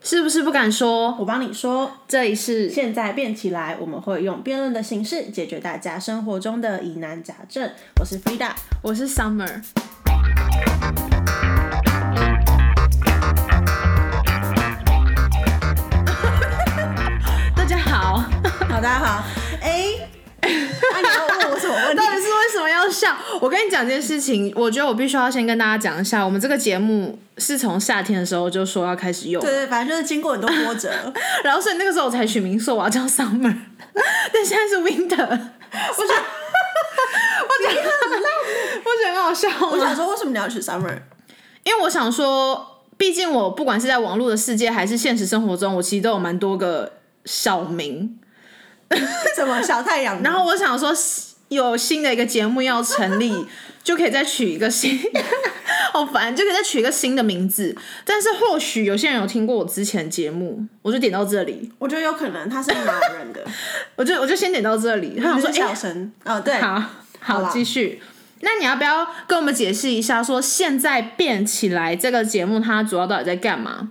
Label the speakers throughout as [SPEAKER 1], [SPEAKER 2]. [SPEAKER 1] 是不是不敢说？
[SPEAKER 2] 我帮你说，
[SPEAKER 1] 这里是
[SPEAKER 2] 现在变起来，我们会用辩论的形式解决大家生活中的疑难杂症。我是 Frida，
[SPEAKER 1] 我是 Summer。大家好，
[SPEAKER 2] 好，大家好。哎、那、你要问我什么问题
[SPEAKER 1] 到？底是为什么要笑？我跟你讲件事情，我觉得我必须要先跟大家讲一下，我们这个节目是从夏天的时候就说要开始用，
[SPEAKER 2] 对对，反正就是经过很多波折。
[SPEAKER 1] 然后所以那个时候我才取名说我要叫 Summer，但现在是 Winter，我觉得我觉得我觉得很好笑吗，
[SPEAKER 2] 我想说，为什么你要取 Summer？
[SPEAKER 1] 因为我想说，毕竟我不管是在网络的世界还是现实生活中，我其实都有蛮多个小名。
[SPEAKER 2] 什么小太阳？
[SPEAKER 1] 然后我想说，有新的一个节目要成立，就可以再取一个新， 好烦，哦就可以再取一个新的名字。但是哦或许有些人有听过我之前的节目，我就点到这里，
[SPEAKER 2] 我觉得有可能他是马来人的，
[SPEAKER 1] 我就我就先点到这里。他想
[SPEAKER 2] 你
[SPEAKER 1] 说，
[SPEAKER 2] 是
[SPEAKER 1] 哎、
[SPEAKER 2] 小神。哦，对，
[SPEAKER 1] 好
[SPEAKER 2] 好
[SPEAKER 1] 好
[SPEAKER 2] 啦
[SPEAKER 1] 继续。那你要不要跟我们解释一下，说现在变起来这个节目它主要到底在干嘛？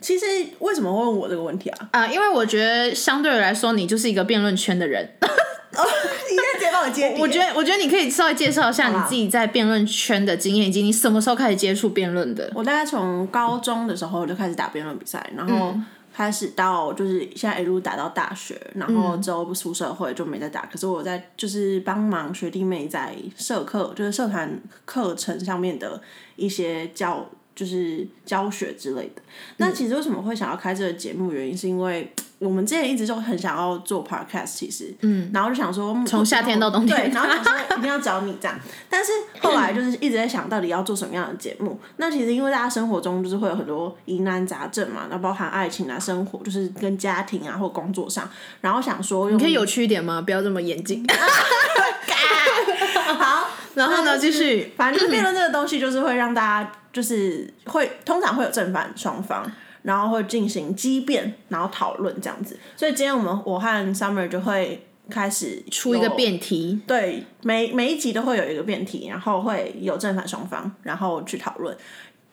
[SPEAKER 2] 其实为什么会问我这个问题啊？
[SPEAKER 1] 啊、因为我觉得相对来说，你就是一个辩论圈的人。
[SPEAKER 2] 哦，你现在直接帮我接底。
[SPEAKER 1] 我觉得，我觉得你可以稍微介绍一下
[SPEAKER 2] 好
[SPEAKER 1] 你
[SPEAKER 2] 啊
[SPEAKER 1] 自己在辩论圈的经验，以及你什么时候开始接触辩论的。
[SPEAKER 2] 我大概从高中的时候就开始打辩论比赛，然后
[SPEAKER 1] 嗯
[SPEAKER 2] 开始到就是现在一路打到大学，然后之后出社会就没再打。可是我在就是帮忙学弟妹在社课，就是社团课程上面的一些教。就是教学之类的。
[SPEAKER 1] 嗯
[SPEAKER 2] 那其实为什么会想要开这个节目？原因是因为我们之前一直就很想要做 podcast，其实，嗯，然后就想说
[SPEAKER 1] 从夏天到冬天
[SPEAKER 2] 对，然后想说一定要找你这样。但是后来就是一直在想到底要做什么样的节目。 那其实因为大家生活中就是会有很多疑难杂症嘛，那包含爱情啊、生活，就是跟家庭啊或工作上，然后想说用
[SPEAKER 1] 你可以有趣一点吗？不要这么严谨。
[SPEAKER 2] 嗯 啊好，
[SPEAKER 1] 然后呢，继续。
[SPEAKER 2] 反正就是辩论这个东西，就是会让大家就是会通常会有正反双方，然后会进行激辩，然后讨论这样子。所以今天我们我和 Summer 就会开始
[SPEAKER 1] 出一个
[SPEAKER 2] 有
[SPEAKER 1] 辩题，
[SPEAKER 2] 对，每每一集都会有一个辩题，然后会有正反双方，然后去讨论，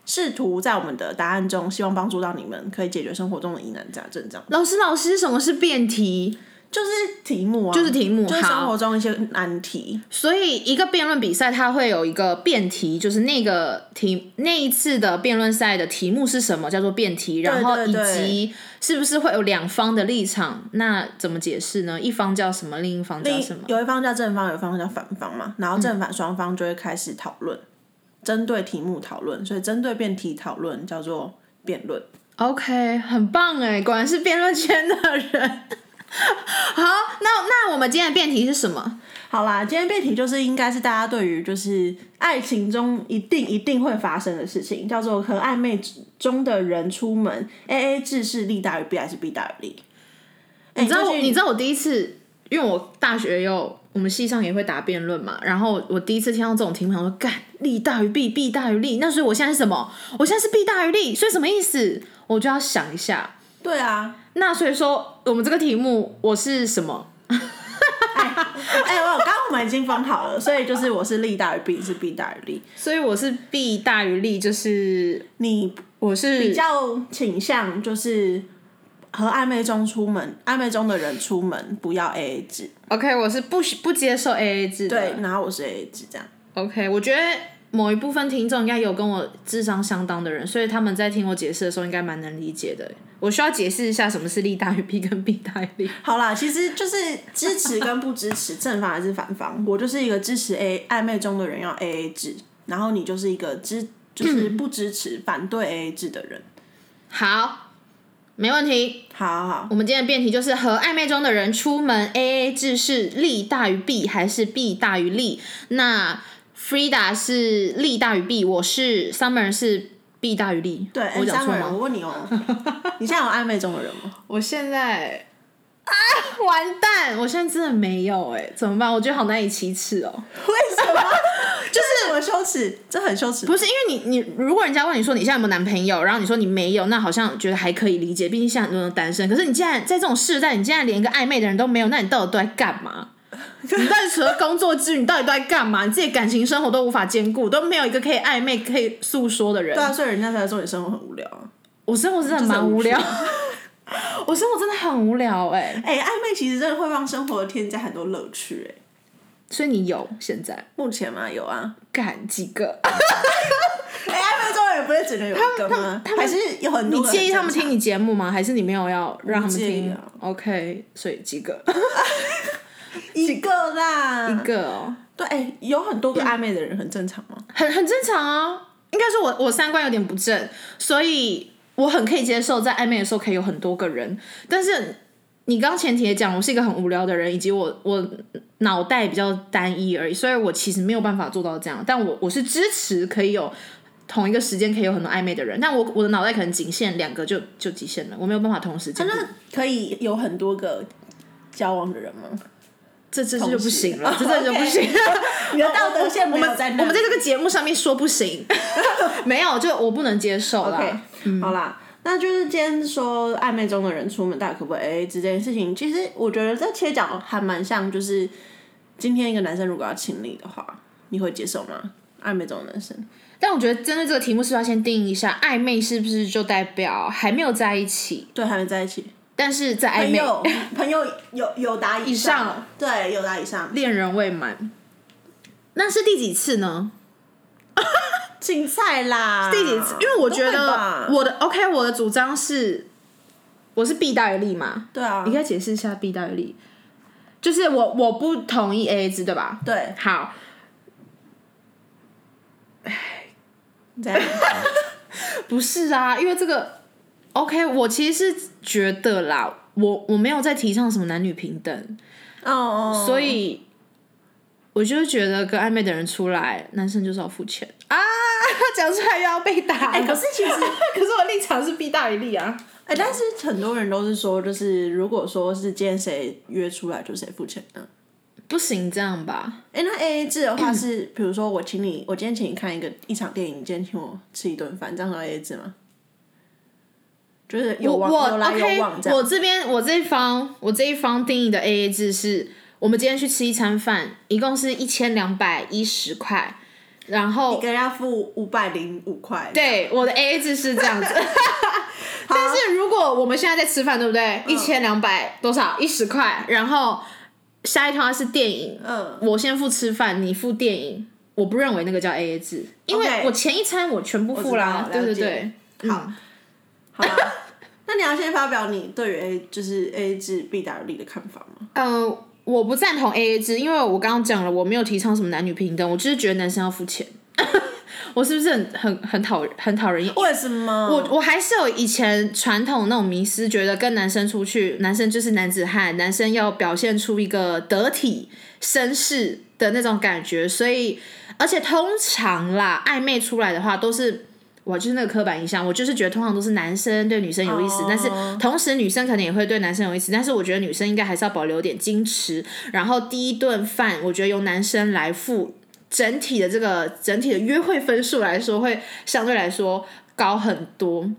[SPEAKER 2] 试图在我们的答案中，希望帮助到你们可以解决生活中的疑难杂症。这样
[SPEAKER 1] 老师，老师，什么是辩题？
[SPEAKER 2] 就是题目啊，
[SPEAKER 1] 就是题目
[SPEAKER 2] 就是
[SPEAKER 1] 好
[SPEAKER 2] 生活中一些难题。
[SPEAKER 1] 所以一个辩论比赛，它会有一个辩题，就是那个题那一次的辩论赛的题目是什么，叫做辩题，然后
[SPEAKER 2] 对
[SPEAKER 1] 以
[SPEAKER 2] 对
[SPEAKER 1] 及是不是会有两方的立场？那怎么解释呢？一方叫什么，另一方叫什么？
[SPEAKER 2] 有一方叫正方，有一方叫反方嘛，然后正反双方就会开始讨论，针对题目讨论，所以针对辩题讨论叫做辩论。
[SPEAKER 1] OK，很棒哎，果然是辩论圈的人。 好，那那我们今天的辩题是什么？
[SPEAKER 2] 好啦，今天辩题就是应该是大家对于就是爱情中一定一定会发生的事情，叫做和暧昧中的人出门，A A 制是利大于弊还是弊大于利？你
[SPEAKER 1] 你知道我，
[SPEAKER 2] 最近
[SPEAKER 1] 你知道我第一次，因为我大学有我们系上也会打辩论嘛，然后我第一次听到这种题目，我想说干利大于弊，弊大于利，那所以我现在是什么？我现在是弊大于利，所以什么意思？我就要想一下。
[SPEAKER 2] 对啊，
[SPEAKER 1] 那所以说，我们这个题目我是什么？
[SPEAKER 2] 哎、我刚刚我们已经分好了，所以就是我是利大于弊，是弊大于利。
[SPEAKER 1] 所以我是弊大于利，就是
[SPEAKER 2] 你
[SPEAKER 1] 我是
[SPEAKER 2] 比较倾向就是和暧昧中出门，暧昧中的人出门不要 A A 制，
[SPEAKER 1] OK，我是不许不接受 AA 制的。
[SPEAKER 2] 对，然后我是 A A 制这样。
[SPEAKER 1] OK，我觉得某一部分听众应该有跟我智商相当的人，所以他们在听我解释的时候应该蛮能理解的。我需要解释一下什么是利大于弊跟弊大于利。
[SPEAKER 2] 好啦，其实就是支持跟不支持，正方还是反
[SPEAKER 1] 嗯
[SPEAKER 2] 方。我就是一个支持 A 暧昧中的人要 A A 制，然后你就是一个支就是不支持反对 A A 制的人。
[SPEAKER 1] 好，没问题。
[SPEAKER 2] 好好好，
[SPEAKER 1] 我们今天的辩题就是和暧昧中的人出门，AA 制是利大于弊还是弊大于利？那 Frida 是利大于弊，我是 Summer 是弊大于利。
[SPEAKER 2] 对，
[SPEAKER 1] 我
[SPEAKER 2] 哎，
[SPEAKER 1] 讲
[SPEAKER 2] 三
[SPEAKER 1] 错
[SPEAKER 2] 个人，我
[SPEAKER 1] 吗？
[SPEAKER 2] 问 你哦，你现在有暧昧中的人吗？
[SPEAKER 1] 我现在啊，完蛋！我现在真的没有哎、怎么办？我觉得好难以启齿哦。
[SPEAKER 2] 为什么？就是我羞耻，这很羞耻。
[SPEAKER 1] 不是因为你，你如果人家问你说你现在有没有男朋友，然后你说你没有，那好像觉得还可以理解，毕竟现在很多人都单身。可是你竟然在这种世代，你竟然连个暧昧的人都没有，那你到底都在干嘛？你到底除了工作之余，你到底都在干嘛？你自己的感情生活都无法兼顾，都没有一个可以暧昧、可以诉说的人。
[SPEAKER 2] 对啊，所以人家才说你生活很无聊啊。
[SPEAKER 1] 我生活真的蛮无聊，我生活真的很无聊哎、
[SPEAKER 2] 哎、暧昧其实真的会让生活添加很多乐趣、哎，
[SPEAKER 1] 所以你有现在
[SPEAKER 2] 目前嘛有啊，
[SPEAKER 1] 干几个？
[SPEAKER 2] 哎、暧昧中也不是只能有一个吗？
[SPEAKER 1] 他们
[SPEAKER 2] 还是有很多。
[SPEAKER 1] 你介意他们听？你节目吗？还是你没有要让他们
[SPEAKER 2] 介意
[SPEAKER 1] 听、
[SPEAKER 2] 啊
[SPEAKER 1] o k 所以几个？
[SPEAKER 2] 一个啦，
[SPEAKER 1] 一个哦，
[SPEAKER 2] 对，哎、有很多个暧昧的人很正常吗？
[SPEAKER 1] 很很正常啊。应该说我我三观有点不正，所以我很可以接受在暧昧的时候可以有很多个人，但是。你刚前提也讲，我是一个很无聊的人，以及我我脑袋比较单一而已，所以我其实没有办法做到这样。但我我是支持可以有同一个时间可以有很多暧昧的人，但我我的脑袋可能仅限两个就就极限了，我没有办法同时兼顾。
[SPEAKER 2] 啊那可以有很多个交往的人吗？
[SPEAKER 1] 这这这就不行了，啊这
[SPEAKER 2] 同时
[SPEAKER 1] 这就不行。
[SPEAKER 2] 你的道德线没
[SPEAKER 1] 我们
[SPEAKER 2] 有在那里
[SPEAKER 1] 我们在这个节目上面说不 行，没有，就我不能接受啦。
[SPEAKER 2] OK，、好啦，那就是今天说暧昧中的人出门到底可不可以 AA 制这件事情，其实我觉得这切角还蛮像，就是今天一个男生如果要请你的话，你会接受吗？暧昧中的男生，
[SPEAKER 1] 但我觉得针对这个题目，是不是要先定义一下暧昧是不是就代表还没有在一起，
[SPEAKER 2] 对，还没在一起，
[SPEAKER 1] 但是在暧
[SPEAKER 2] 朋
[SPEAKER 1] 昧
[SPEAKER 2] 友朋友有有达以
[SPEAKER 1] 以上
[SPEAKER 2] 对，有达以上，
[SPEAKER 1] 恋人未满，那是第几次呢？
[SPEAKER 2] 竞赛啦，
[SPEAKER 1] 第几次？因为我觉
[SPEAKER 2] 啊都会吧
[SPEAKER 1] 得我的 OK，我的主张是我是弊大于利嘛。
[SPEAKER 2] 对啊
[SPEAKER 1] 你，可以解释一下弊大于利，就是我我不同意 AA 制，对吧？
[SPEAKER 2] 对，
[SPEAKER 1] 好，
[SPEAKER 2] 这样
[SPEAKER 1] 不是啊，因为这个 OK，我其实是觉得啦，我我没有在提倡什么男女平等，
[SPEAKER 2] 哦，哦
[SPEAKER 1] 所以我就觉得跟暧昧的人出来，男生就是要付钱啊， 讲出来又要被打。
[SPEAKER 2] 哎、可是其 实
[SPEAKER 1] 可是我立场是弊大于利啊。
[SPEAKER 2] 哎、但是很多人都是说，就是如果说是今天谁约出来，就谁付钱呢？
[SPEAKER 1] 不行，这样吧，
[SPEAKER 2] 哎、那 A A 制的话是，比如说我请你，我今天请你看一个一场电影，你今天请我吃一顿饭，这样算 A A 制吗？就是有
[SPEAKER 1] 我
[SPEAKER 2] 往
[SPEAKER 1] 我
[SPEAKER 2] 有来有
[SPEAKER 1] OK，
[SPEAKER 2] 往这样。
[SPEAKER 1] 我这边我这一方我这一方定义的 AA 制是，我们今天去吃一餐饭，一共是一千两百一十块，然后
[SPEAKER 2] 一个人要付五百零五块，，
[SPEAKER 1] 对，我的 AA 制是这样子。但是如果我们现在在吃饭，对不对？
[SPEAKER 2] 嗯
[SPEAKER 1] 一千两百多少？一十块。然后下一趟是电影，
[SPEAKER 2] 嗯，
[SPEAKER 1] 我先付吃饭，你付电影。我不认为那个叫 AA 制，因为
[SPEAKER 2] OK
[SPEAKER 1] 我前一餐我全部付啦。
[SPEAKER 2] 我知道
[SPEAKER 1] 对对
[SPEAKER 2] 了解
[SPEAKER 1] 对，好，
[SPEAKER 2] 好啊。那你要先发表你对于 A 就是 A A 制必打有利的看法吗？
[SPEAKER 1] 嗯、我不赞同 AA 制，因为我刚刚讲了，我没有提倡什么男女平等，我就是觉得男生要付钱。 我是不是很很很讨很讨人厌？
[SPEAKER 2] 为什么？
[SPEAKER 1] 我我还是有以前传统那种迷思，觉得跟男生出去，男生就是男子汉，男生要表现出一个得体、绅士的那种感觉。所以，而且通常啦，暧昧出来的话都是。我就是那个刻板印象，我就是觉得通常都是男生对女生有意思
[SPEAKER 2] 哦
[SPEAKER 1] 但是同时女生可能也会对男生有意思，但是我觉得女生应该还是要保留点矜持。然后第一顿饭，我觉得由男生来付，整体的这个整体的约会分数来说，会相对来说高很多。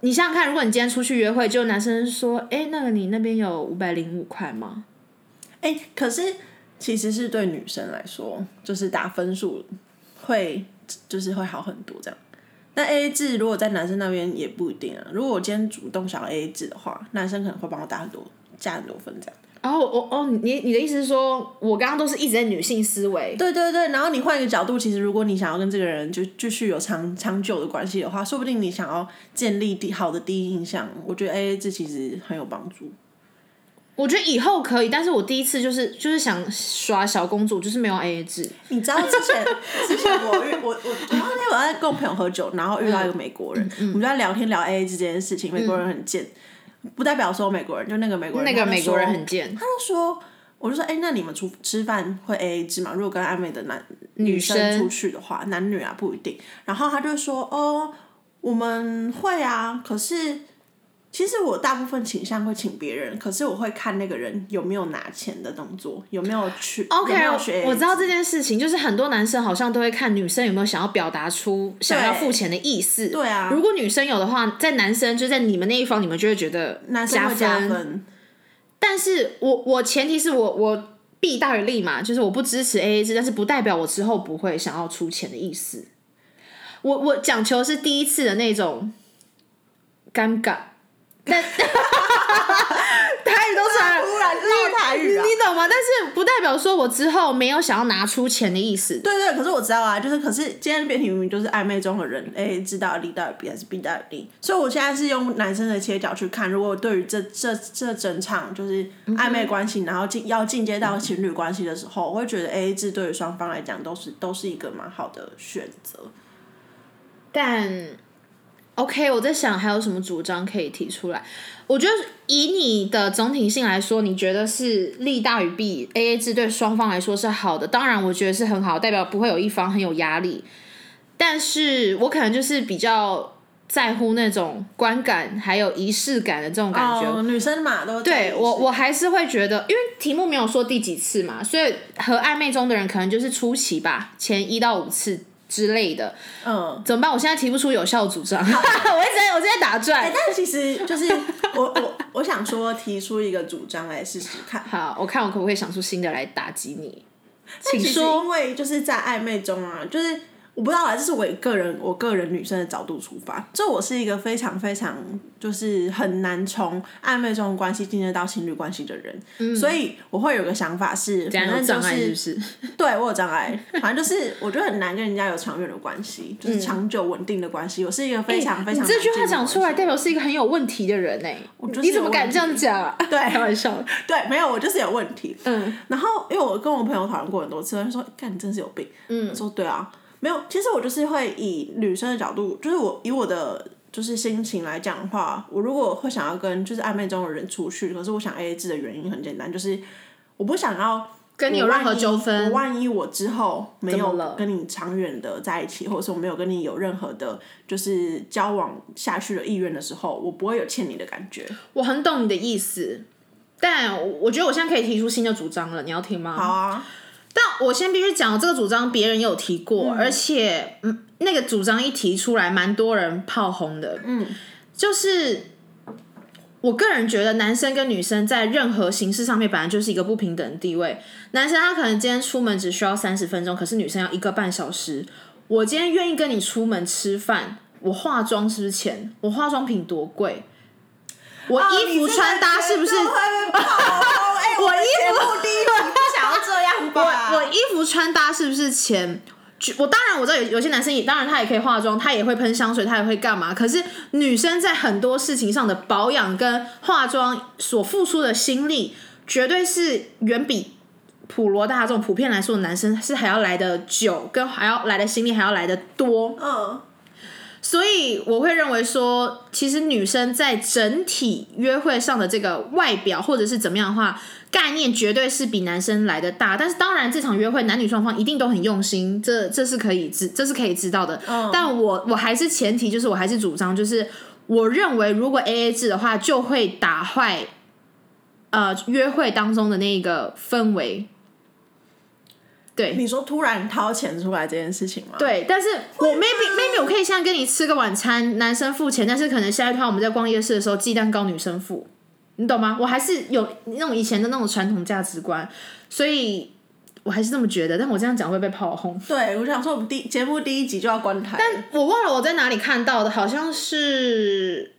[SPEAKER 1] 你想想看，如果你今天出去约会，就男生说：“哎、那个你那边有五百零五块吗
[SPEAKER 2] 哎、可是其实是对女生来说，就是打分数会就是会好很多这样。那 A A 制如果在男生那边也不一定啊。如果我今天主动想要 A A 制的话，男生可能会帮我打很多加很多分这样。？”
[SPEAKER 1] 然后我哦，你你的意思是说，我刚刚都是一直在女性思维，
[SPEAKER 2] 对对对，然后你换一个角度，其实如果你想要跟这个人就继续有长长久的关系的话，说不定你想要建立第好的第一印象，我觉得 A A 制其实很有帮助。
[SPEAKER 1] 我觉得以后可以，但是我第一次就是就是想耍小公主，就是没有 AA 制。
[SPEAKER 2] 你知道之前 之前我遇我我我那天我在跟我朋友喝酒，然后遇到一个美国
[SPEAKER 1] 嗯
[SPEAKER 2] 人，我们就在聊天聊 AA 制这件事情。美国人很贱，不代表说美国人就那个美国
[SPEAKER 1] 那
[SPEAKER 2] 人，
[SPEAKER 1] 个
[SPEAKER 2] 他就
[SPEAKER 1] 美
[SPEAKER 2] 说
[SPEAKER 1] 国人很，贱
[SPEAKER 2] 他，就说。我就说，哎、那你们出吃饭会 A A 制吗？如果跟暧昧的男
[SPEAKER 1] 女
[SPEAKER 2] 生
[SPEAKER 1] 生
[SPEAKER 2] 出去的话，男女啊不一定。然后他就说，哦，我们会啊，可是其实我大部分倾向会请别人，可是我会看那个人有没有拿钱的动作，有没有去
[SPEAKER 1] OK，
[SPEAKER 2] 有没有学 AA
[SPEAKER 1] 我知
[SPEAKER 2] 制
[SPEAKER 1] 道这件事情，就是很多男生好像都会看女生有没有想要表达出想要付钱的意思。
[SPEAKER 2] 对啊
[SPEAKER 1] 如果女生有的话，在男生就在你们那一方，你们就会觉得
[SPEAKER 2] 男生会加
[SPEAKER 1] 分。
[SPEAKER 2] 分，
[SPEAKER 1] 但是我我前提是我我弊大于利嘛，就是我不支持 AA 制，但是不代表我之后不会想要出钱的意思。我我讲求是第一次的那种尴尬。但台语都出来了，
[SPEAKER 2] 突啊然知道台
[SPEAKER 1] 你
[SPEAKER 2] 语啊。
[SPEAKER 1] 你懂吗？但是不代表说我之后没有想要拿出钱的意思。
[SPEAKER 2] 对对，可是我知道啊，就是可是今天辩题明明就是暧昧中的人，A 知道 D 到底 B 还是 B 到底 D，所以我现在是用男生的切角去看，如果对于这这这整场就是暧昧关系，然后进要进阶到情侣关系的时候，我会觉得 A A 制对于双方来讲都是都是一个蛮好的选择。
[SPEAKER 1] 但 OK，我在想还有什么主张可以提出来。我觉得以你的总体性来说，你觉得是利大于弊，A A 制对双方来说是好的。当然，我觉得是很好，代表不会有一方很有压力。但是我可能就是比较在乎那种观感，还有仪式感的这种感觉。
[SPEAKER 2] 哦，女生嘛都
[SPEAKER 1] 对我，
[SPEAKER 2] 是
[SPEAKER 1] 我还是会觉得，因为题目没有说第几次嘛，所以和暧昧中的人可能就是初期吧，前一到五次之类的。
[SPEAKER 2] 嗯。
[SPEAKER 1] 怎么办？我现在提不出有效的主 张，我一直在我一直在打
[SPEAKER 2] 哎
[SPEAKER 1] 转。
[SPEAKER 2] 但其实就是我我我想说提出一个主张来试试看，
[SPEAKER 1] 好，我看我可不可以想出新的来打击你，请
[SPEAKER 2] 其实
[SPEAKER 1] 说。
[SPEAKER 2] 因为就是在暧昧中啊，就是我不知道啊，这是我个人我个人女生的角度出发，就我是一个非常非常就是很难从暧昧中的关系进入到情侣关系的人，所以我会有个想法是，
[SPEAKER 1] 嗯怎
[SPEAKER 2] 反
[SPEAKER 1] 样有
[SPEAKER 2] 正
[SPEAKER 1] 障
[SPEAKER 2] 就
[SPEAKER 1] 碍是不
[SPEAKER 2] 是
[SPEAKER 1] 是？
[SPEAKER 2] 对我有障碍，反正就是我觉得很难跟人家有长远的关系，就是长久稳定的关系。我是一个非常
[SPEAKER 1] 嗯哎
[SPEAKER 2] 非
[SPEAKER 1] 你
[SPEAKER 2] 常
[SPEAKER 1] 这句话
[SPEAKER 2] 难进入
[SPEAKER 1] 讲出来，
[SPEAKER 2] 关系
[SPEAKER 1] 代表是一个很有问题的人哎、
[SPEAKER 2] 就是
[SPEAKER 1] 你怎
[SPEAKER 2] 有
[SPEAKER 1] 么敢
[SPEAKER 2] 问
[SPEAKER 1] 这样讲啊？
[SPEAKER 2] 对
[SPEAKER 1] 开玩笑。
[SPEAKER 2] 对，没有我就是有问题，
[SPEAKER 1] 嗯，
[SPEAKER 2] 然后因为我跟我朋友讨论过很多次，他就说：“干，你真是有病。”嗯，说对啊，没有。其实我就是会以女生的角度，就是我以我的就是心情来讲的话，我如果会想要跟就是暧昧中的人出去，可是我想 A A 制的原因很简单，就是我不想要
[SPEAKER 1] 跟你有
[SPEAKER 2] 我万
[SPEAKER 1] 任何
[SPEAKER 2] 一
[SPEAKER 1] 纠纷
[SPEAKER 2] 我万一我之后没
[SPEAKER 1] 怎么
[SPEAKER 2] 有
[SPEAKER 1] 了
[SPEAKER 2] 跟你长远的在一起，或者是我没有跟你有任何的，就是交往下去的意愿的时候，我不会有欠你的感觉。
[SPEAKER 1] 我很懂你的意思，但我我觉得我现在可以提出新的主张了，你要听吗？
[SPEAKER 2] 好啊，
[SPEAKER 1] 但我先必须讲，这个主张别人也有提过，而且嗯，那个主张一提出来，蛮多人炮轰的。嗯，就是我个人觉得，男生跟女生在任何形式上面本来就是一个不平等的地位。男生他可能今天出门只需要三十分钟，可是女生要一个半小时。我今天愿意跟你出门吃饭，我化妆是不是钱？我化妆品多贵？我衣服穿搭是不是
[SPEAKER 2] 哦你这个绝对会被炮轰 哎我衣服第一集不想要这样吧？
[SPEAKER 1] 我衣服穿搭是不是钱？就我当然我知道有有些男生也当然他也可以化妆，他也会喷香水，他也会干嘛。可是女生在很多事情上的保养跟化妆所付出的心力，绝对是远比普罗大众普遍来说的男生是还要来的久，跟还要来的心力还要来的多。
[SPEAKER 2] 嗯，
[SPEAKER 1] 所以我会认为说，其实女生在整体约会上的这个外表或者是怎么样的话，概念绝对是比男生来的大。但是当然，这场约会男女双方一定都很用心，这这是可以知这是可以知道的。但我我还是前提就是我还是主张就是，我认为如果 A A 制的话，就会打坏呃约会当中的那个氛围。对，
[SPEAKER 2] 你说突然掏钱出来这件事情吗？，
[SPEAKER 1] 对，但是我 maybe maybe 我可以现在跟你吃个晚餐，男生付钱，但是可能下一趟我们在逛夜市的时候，鸡蛋糕女生付，你懂吗？我还是有那种以前的那种传统价值观，所以我还是这么觉得。但我这样讲会被炮轰。
[SPEAKER 2] 对，我想说我们第节目第一集就要关台了，
[SPEAKER 1] 我忘了我在哪里看到的，好像是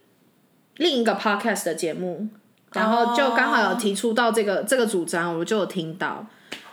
[SPEAKER 1] 另一个 podcast 的节目，然后就刚好有提出到这个、这个主张，我就有听到。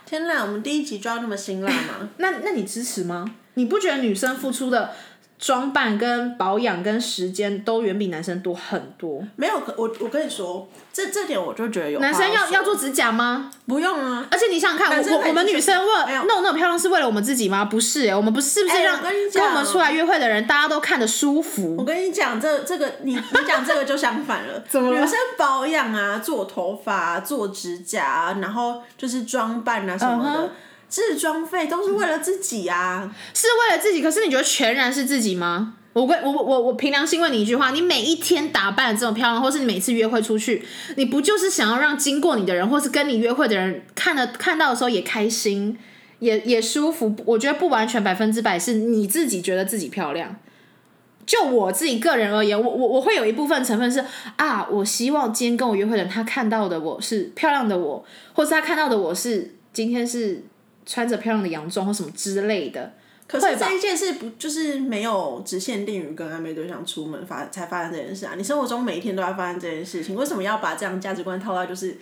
[SPEAKER 2] 天哪，我们第一集就要那么辛辣吗？
[SPEAKER 1] 那那你支持吗？你不觉得女生付出的装扮、跟保养、跟时间都远比男生多很多？
[SPEAKER 2] 没有，可我我跟你说，这这点我就觉得有话
[SPEAKER 1] 男生要
[SPEAKER 2] 说
[SPEAKER 1] 要做指甲吗？
[SPEAKER 2] 不用啊。
[SPEAKER 1] 而且你想想看，
[SPEAKER 2] 男生
[SPEAKER 1] 我我
[SPEAKER 2] 可以
[SPEAKER 1] 我们
[SPEAKER 2] 去
[SPEAKER 1] 女生为
[SPEAKER 2] 没有
[SPEAKER 1] 弄那么漂亮是为了我们自己吗？不是、欸，我们不是不是
[SPEAKER 2] 哎
[SPEAKER 1] 让、
[SPEAKER 2] 我跟你
[SPEAKER 1] 跟
[SPEAKER 2] 讲
[SPEAKER 1] 我们出来约会的人，大家都看得舒
[SPEAKER 2] 我
[SPEAKER 1] 服。
[SPEAKER 2] 跟你讲，这这个你你讲这个就相反 了。
[SPEAKER 1] 怎么了
[SPEAKER 2] 女生保养啊，做头发、啊、做指甲、啊，然后就是装扮啊什
[SPEAKER 1] 嗯
[SPEAKER 2] 么的
[SPEAKER 1] 哼
[SPEAKER 2] 置装费都是为了自己啊。
[SPEAKER 1] 是为了自己，可是你觉得全然是自己吗？我跟我我我我凭良心问你一句话：你每一天打扮得这么漂亮，或是你每次约会出去，你不就是想要让经过你的人，或是跟你约会的人看了看到的时候也开心，也也舒服？我觉得不完全百分之百是你自己觉得自己漂亮。就我自己个人而言，我我我会有一部分成分是啊，我希望今天跟我约会的人，他看到的我是漂亮的我，或是他看到的我是今天是穿着漂亮的洋装或什么之类的。
[SPEAKER 2] 可
[SPEAKER 1] 会
[SPEAKER 2] 是
[SPEAKER 1] 吧
[SPEAKER 2] 这一件事不就是没有只限定于跟暧昧对象出门发才发生这件事啊？你生活中每一天都在发生这件事情，为什么要把这样价值观套到就是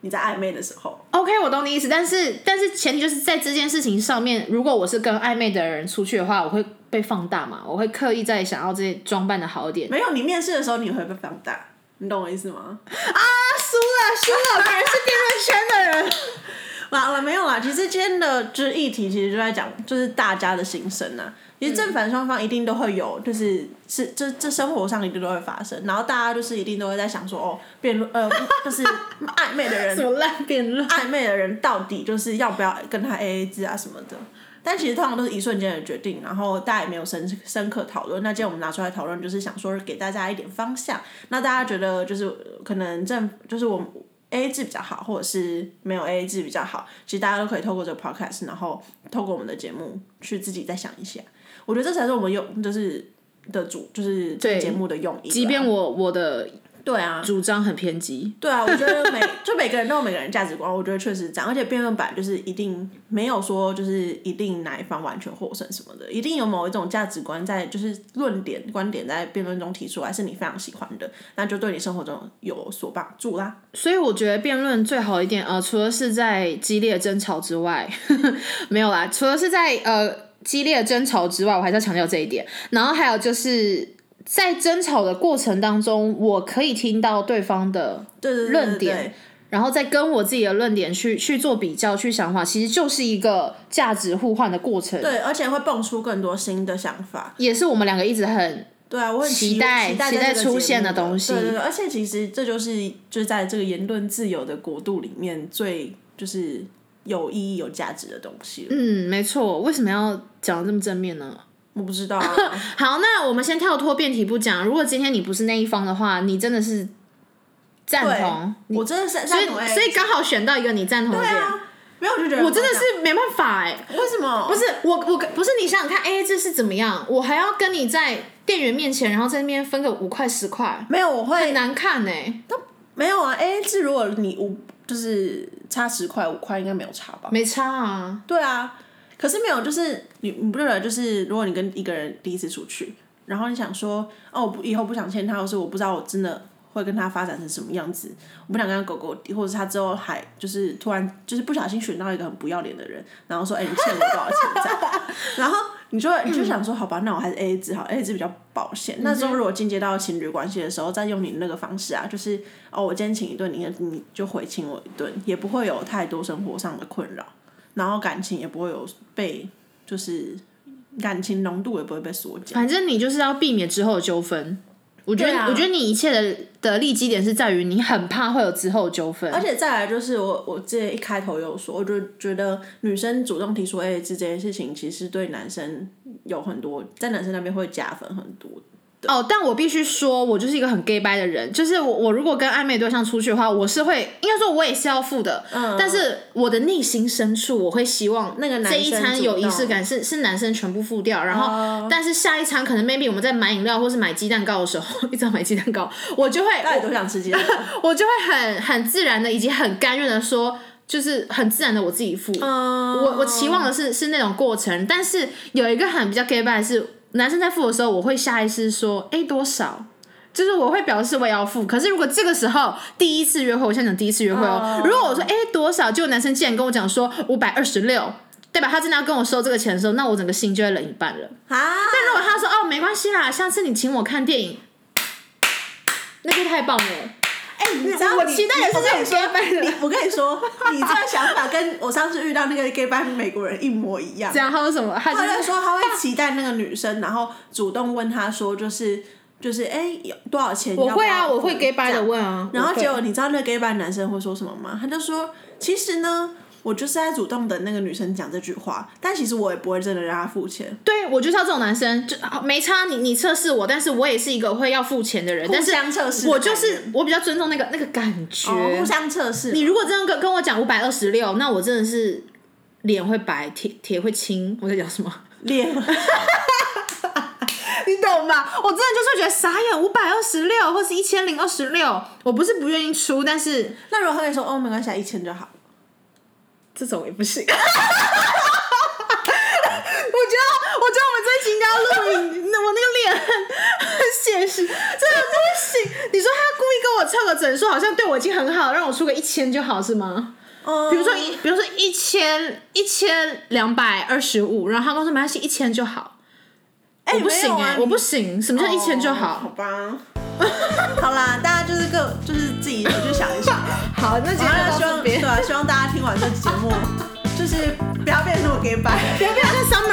[SPEAKER 2] 你在暧昧的时候？
[SPEAKER 1] OK，我懂你意思，但是但是前提就是在这件事情上面，如果我是跟暧昧的人出去的话，我会被放大嘛，我会刻意在想要这些装扮的好一点。
[SPEAKER 2] 没有，你面试的时候你会被放大，你懂我意思吗？
[SPEAKER 1] 他啊输了，输了， 果然是辩论圈的人。
[SPEAKER 2] 完了没有啦，其实今天的就是议题，其实就在讲就是大家的心声呐、其实正反双方一定都会有，就是是这这生活上一定都会发生，然后大家就是一定都会在想说，哦，辩论呃，就是暧昧的人
[SPEAKER 1] 什么烂辩论？ 啊
[SPEAKER 2] 暧昧的人到底就是要不要跟他 AA 制啊什么的。但其实通常都是一瞬间的决定，然后大家也没有深深刻讨论。那今天我们拿出来讨论，就是想说给大家一点方向。那大家觉得就是呃可能正就是我们 AA 制比较好，或者是没有 AA 制比较好，其实大家都可以透过这个 podcast，然后透过我们的节目去自己再想一下。我觉得这才是我们用就是的主就是这个
[SPEAKER 1] 对
[SPEAKER 2] 节目的用意啦。啊
[SPEAKER 1] 即便我我的
[SPEAKER 2] 对啊，
[SPEAKER 1] 主张很偏激，
[SPEAKER 2] 对啊，我觉得每就每个人都有每个人的价值观，我觉得确实是这样。而且辩论版就是一定没有说就是一定哪一方完全获胜什么的，一定有某一种价值观在，就是论点观点在辩论中提出来是你非常喜欢的，那就对你生活中有所帮助啦。
[SPEAKER 1] 所以我觉得辩论最好一点，呃，除了是在激烈争吵之外， 没有啦，除了是在呃激烈争吵之外，我还是要强调这一点。然后还有就是在争吵的过程当中，我可以听到对方的
[SPEAKER 2] 对对对
[SPEAKER 1] 论
[SPEAKER 2] 对对
[SPEAKER 1] 点，然后再跟我自己的论点去去做比较、去想法，其实就是一个价值互换的过程，
[SPEAKER 2] 对，而且会蹦出更多新的想法。
[SPEAKER 1] 也是我们两个一直很
[SPEAKER 2] 对啊，我很期
[SPEAKER 1] 期待
[SPEAKER 2] 期待
[SPEAKER 1] 期
[SPEAKER 2] 在
[SPEAKER 1] 待
[SPEAKER 2] 这个
[SPEAKER 1] 出
[SPEAKER 2] 节
[SPEAKER 1] 现
[SPEAKER 2] 目
[SPEAKER 1] 的东西
[SPEAKER 2] 对对对，而且其实这就是就是在这个言论自由的国度里面最就是有意义、有价值的东西了。
[SPEAKER 1] 嗯，没错。为什么要讲的这么正面呢？
[SPEAKER 2] 我不知道、啊，
[SPEAKER 1] 好，那我们先跳脱辩题不讲。如果今天你不是那一方的话，你真的是赞同，哎
[SPEAKER 2] 我真的是，所
[SPEAKER 1] 所以所以刚好选到一个你赞同的
[SPEAKER 2] 对
[SPEAKER 1] 点，
[SPEAKER 2] 啊，没有我就觉得
[SPEAKER 1] 我真的是没办法哎、
[SPEAKER 2] 是为什么
[SPEAKER 1] 不是我我不是你想想看 A A 制是怎么样，我还要跟你在店员面前，然后在那边分个五块十块，
[SPEAKER 2] 没有我会
[SPEAKER 1] 很难看哎、
[SPEAKER 2] 没有啊？A A 制如果你五就是差十块五块应该没有差吧？
[SPEAKER 1] 没差啊。
[SPEAKER 2] 对啊，可是没有就是你你不觉得就是如果你跟一个人第一次出去，然后你想说哦我不以后不想牵他，或是我不知道我真的。会跟他发展成什么样子？我不想跟他狗狗，或者是他之后还就是突然就是不小心选到一个很不要脸的人，然后说：“哎、你欠我多少钱？”这样， 然后你就你就想说，好吧，那我还是 AA 制好，AA 制比较保险。那时候如果进阶到情侣关系的时候，再用你那个方式啊，就是哦，我今天请一顿，你你就回请我一顿，也不会有太多生活上的困扰，然后感情也不会有被就是感情浓度也不会被缩减。
[SPEAKER 1] 反正你就是要避免之后的纠纷。我觉得，
[SPEAKER 2] 对啊
[SPEAKER 1] 我觉得你一切的的利基点是在于你很怕会有之后的纠纷，
[SPEAKER 2] 而且再来就是我，我之前一开头有说，我就觉得女生主动提出 AA 制这件事情，其实对男生有很多，在男生那边会加分很多。
[SPEAKER 1] 哦，但我必须说，我就是一个很 gay 掰的人，就是我我如果跟暧昧对象出去的话，我是会应该说我也是要付的，嗯、但是我的内心深处我会希望
[SPEAKER 2] 那个男
[SPEAKER 1] 这一
[SPEAKER 2] 生
[SPEAKER 1] 餐有
[SPEAKER 2] 主
[SPEAKER 1] 仪
[SPEAKER 2] 动
[SPEAKER 1] 式感是是男生全部付掉，然后、
[SPEAKER 2] 哦
[SPEAKER 1] 但是下一餐可能 maybe 我们在买饮料或是买鸡蛋糕的时候， 一直要买鸡蛋糕，我就会
[SPEAKER 2] 大家都想吃鸡蛋糕。
[SPEAKER 1] 我我就会很很自然的以及很甘愿的说，就是很自然的我自己付，
[SPEAKER 2] 嗯，
[SPEAKER 1] 我我期望的是是那种过程，但是有一个很比较 gay bye 的是，男生在付的时候，我会下意识说，哎、多少？就是我会表示我也要付，可是如果这个时候第一次约会，我现在讲第一次约会哦，如果我说哎、多少，结果男生竟然跟我讲说五百二十六，对吧？他真的要跟我收这个钱的时候，那我整个心就会冷一半了。
[SPEAKER 2] 啊，
[SPEAKER 1] 但如果他说哦没关系啦，下次你请我看电影，那就太棒了。
[SPEAKER 2] 哎、你知
[SPEAKER 1] 我期待的是这种 gay
[SPEAKER 2] 你
[SPEAKER 1] 掰的，
[SPEAKER 2] 我跟你说，你这个想法跟我上次遇到那个 gay 班美国人一模一样
[SPEAKER 1] 这。样还有什么？他就
[SPEAKER 2] 他就是说他会期待那个女生，然后主动问他说，就是就是，哎、有多少钱？
[SPEAKER 1] 我会啊，
[SPEAKER 2] 要不要
[SPEAKER 1] 我会 gay 掰
[SPEAKER 2] 这
[SPEAKER 1] 的
[SPEAKER 2] 样
[SPEAKER 1] 问啊，
[SPEAKER 2] 然后
[SPEAKER 1] 我会
[SPEAKER 2] 结果你知道那个 gay 班男生会说什么吗？他就说，其实呢，我就是在主动等那个女生讲这句话，但其实我也不会真的让她付钱。
[SPEAKER 1] 对，我就是要这种男生，就啊没差你你测试我，但是我也是一个会要付钱的人，但是
[SPEAKER 2] 相测试的
[SPEAKER 1] 我就
[SPEAKER 2] 概念
[SPEAKER 1] 是我比较尊重那个那个感觉。
[SPEAKER 2] 哦，互相测试。
[SPEAKER 1] 你如果这样跟跟我讲五百二十六，那我真的是脸会白，铁铁会青。我在讲什 么？
[SPEAKER 2] 脸，
[SPEAKER 1] 你懂吗？我真的就是会觉得傻眼，五百二十六或是一千零二十六，我不是不愿意出，但是
[SPEAKER 2] 那如果他跟你说，哦，没关系啊，一千就好。
[SPEAKER 1] 这种也不行。我觉得不要录影，那我那个脸很很写实，真的不行。你说他故意跟我凑个整数，好像对我已经很好，让我出个一千就好是吗？
[SPEAKER 2] 嗯
[SPEAKER 1] 比如说一，比如说一千一千两百二十五，然后他跟我说没关系，一千就好。
[SPEAKER 2] 哎
[SPEAKER 1] 我不行哎、
[SPEAKER 2] 哎、
[SPEAKER 1] 我不行，什么叫一千就
[SPEAKER 2] 哦好
[SPEAKER 1] 好？
[SPEAKER 2] 吧。 好啦，大家就是各就是自己回去想 一想。
[SPEAKER 1] 哦好，那今
[SPEAKER 2] 好
[SPEAKER 1] 天
[SPEAKER 2] 啦，
[SPEAKER 1] 就
[SPEAKER 2] 希
[SPEAKER 1] 到
[SPEAKER 2] 望
[SPEAKER 1] 这
[SPEAKER 2] 对
[SPEAKER 1] 边，
[SPEAKER 2] 啊，希望大家听完这节目，就是不要变成我给白。哎
[SPEAKER 1] 不要不要在上哦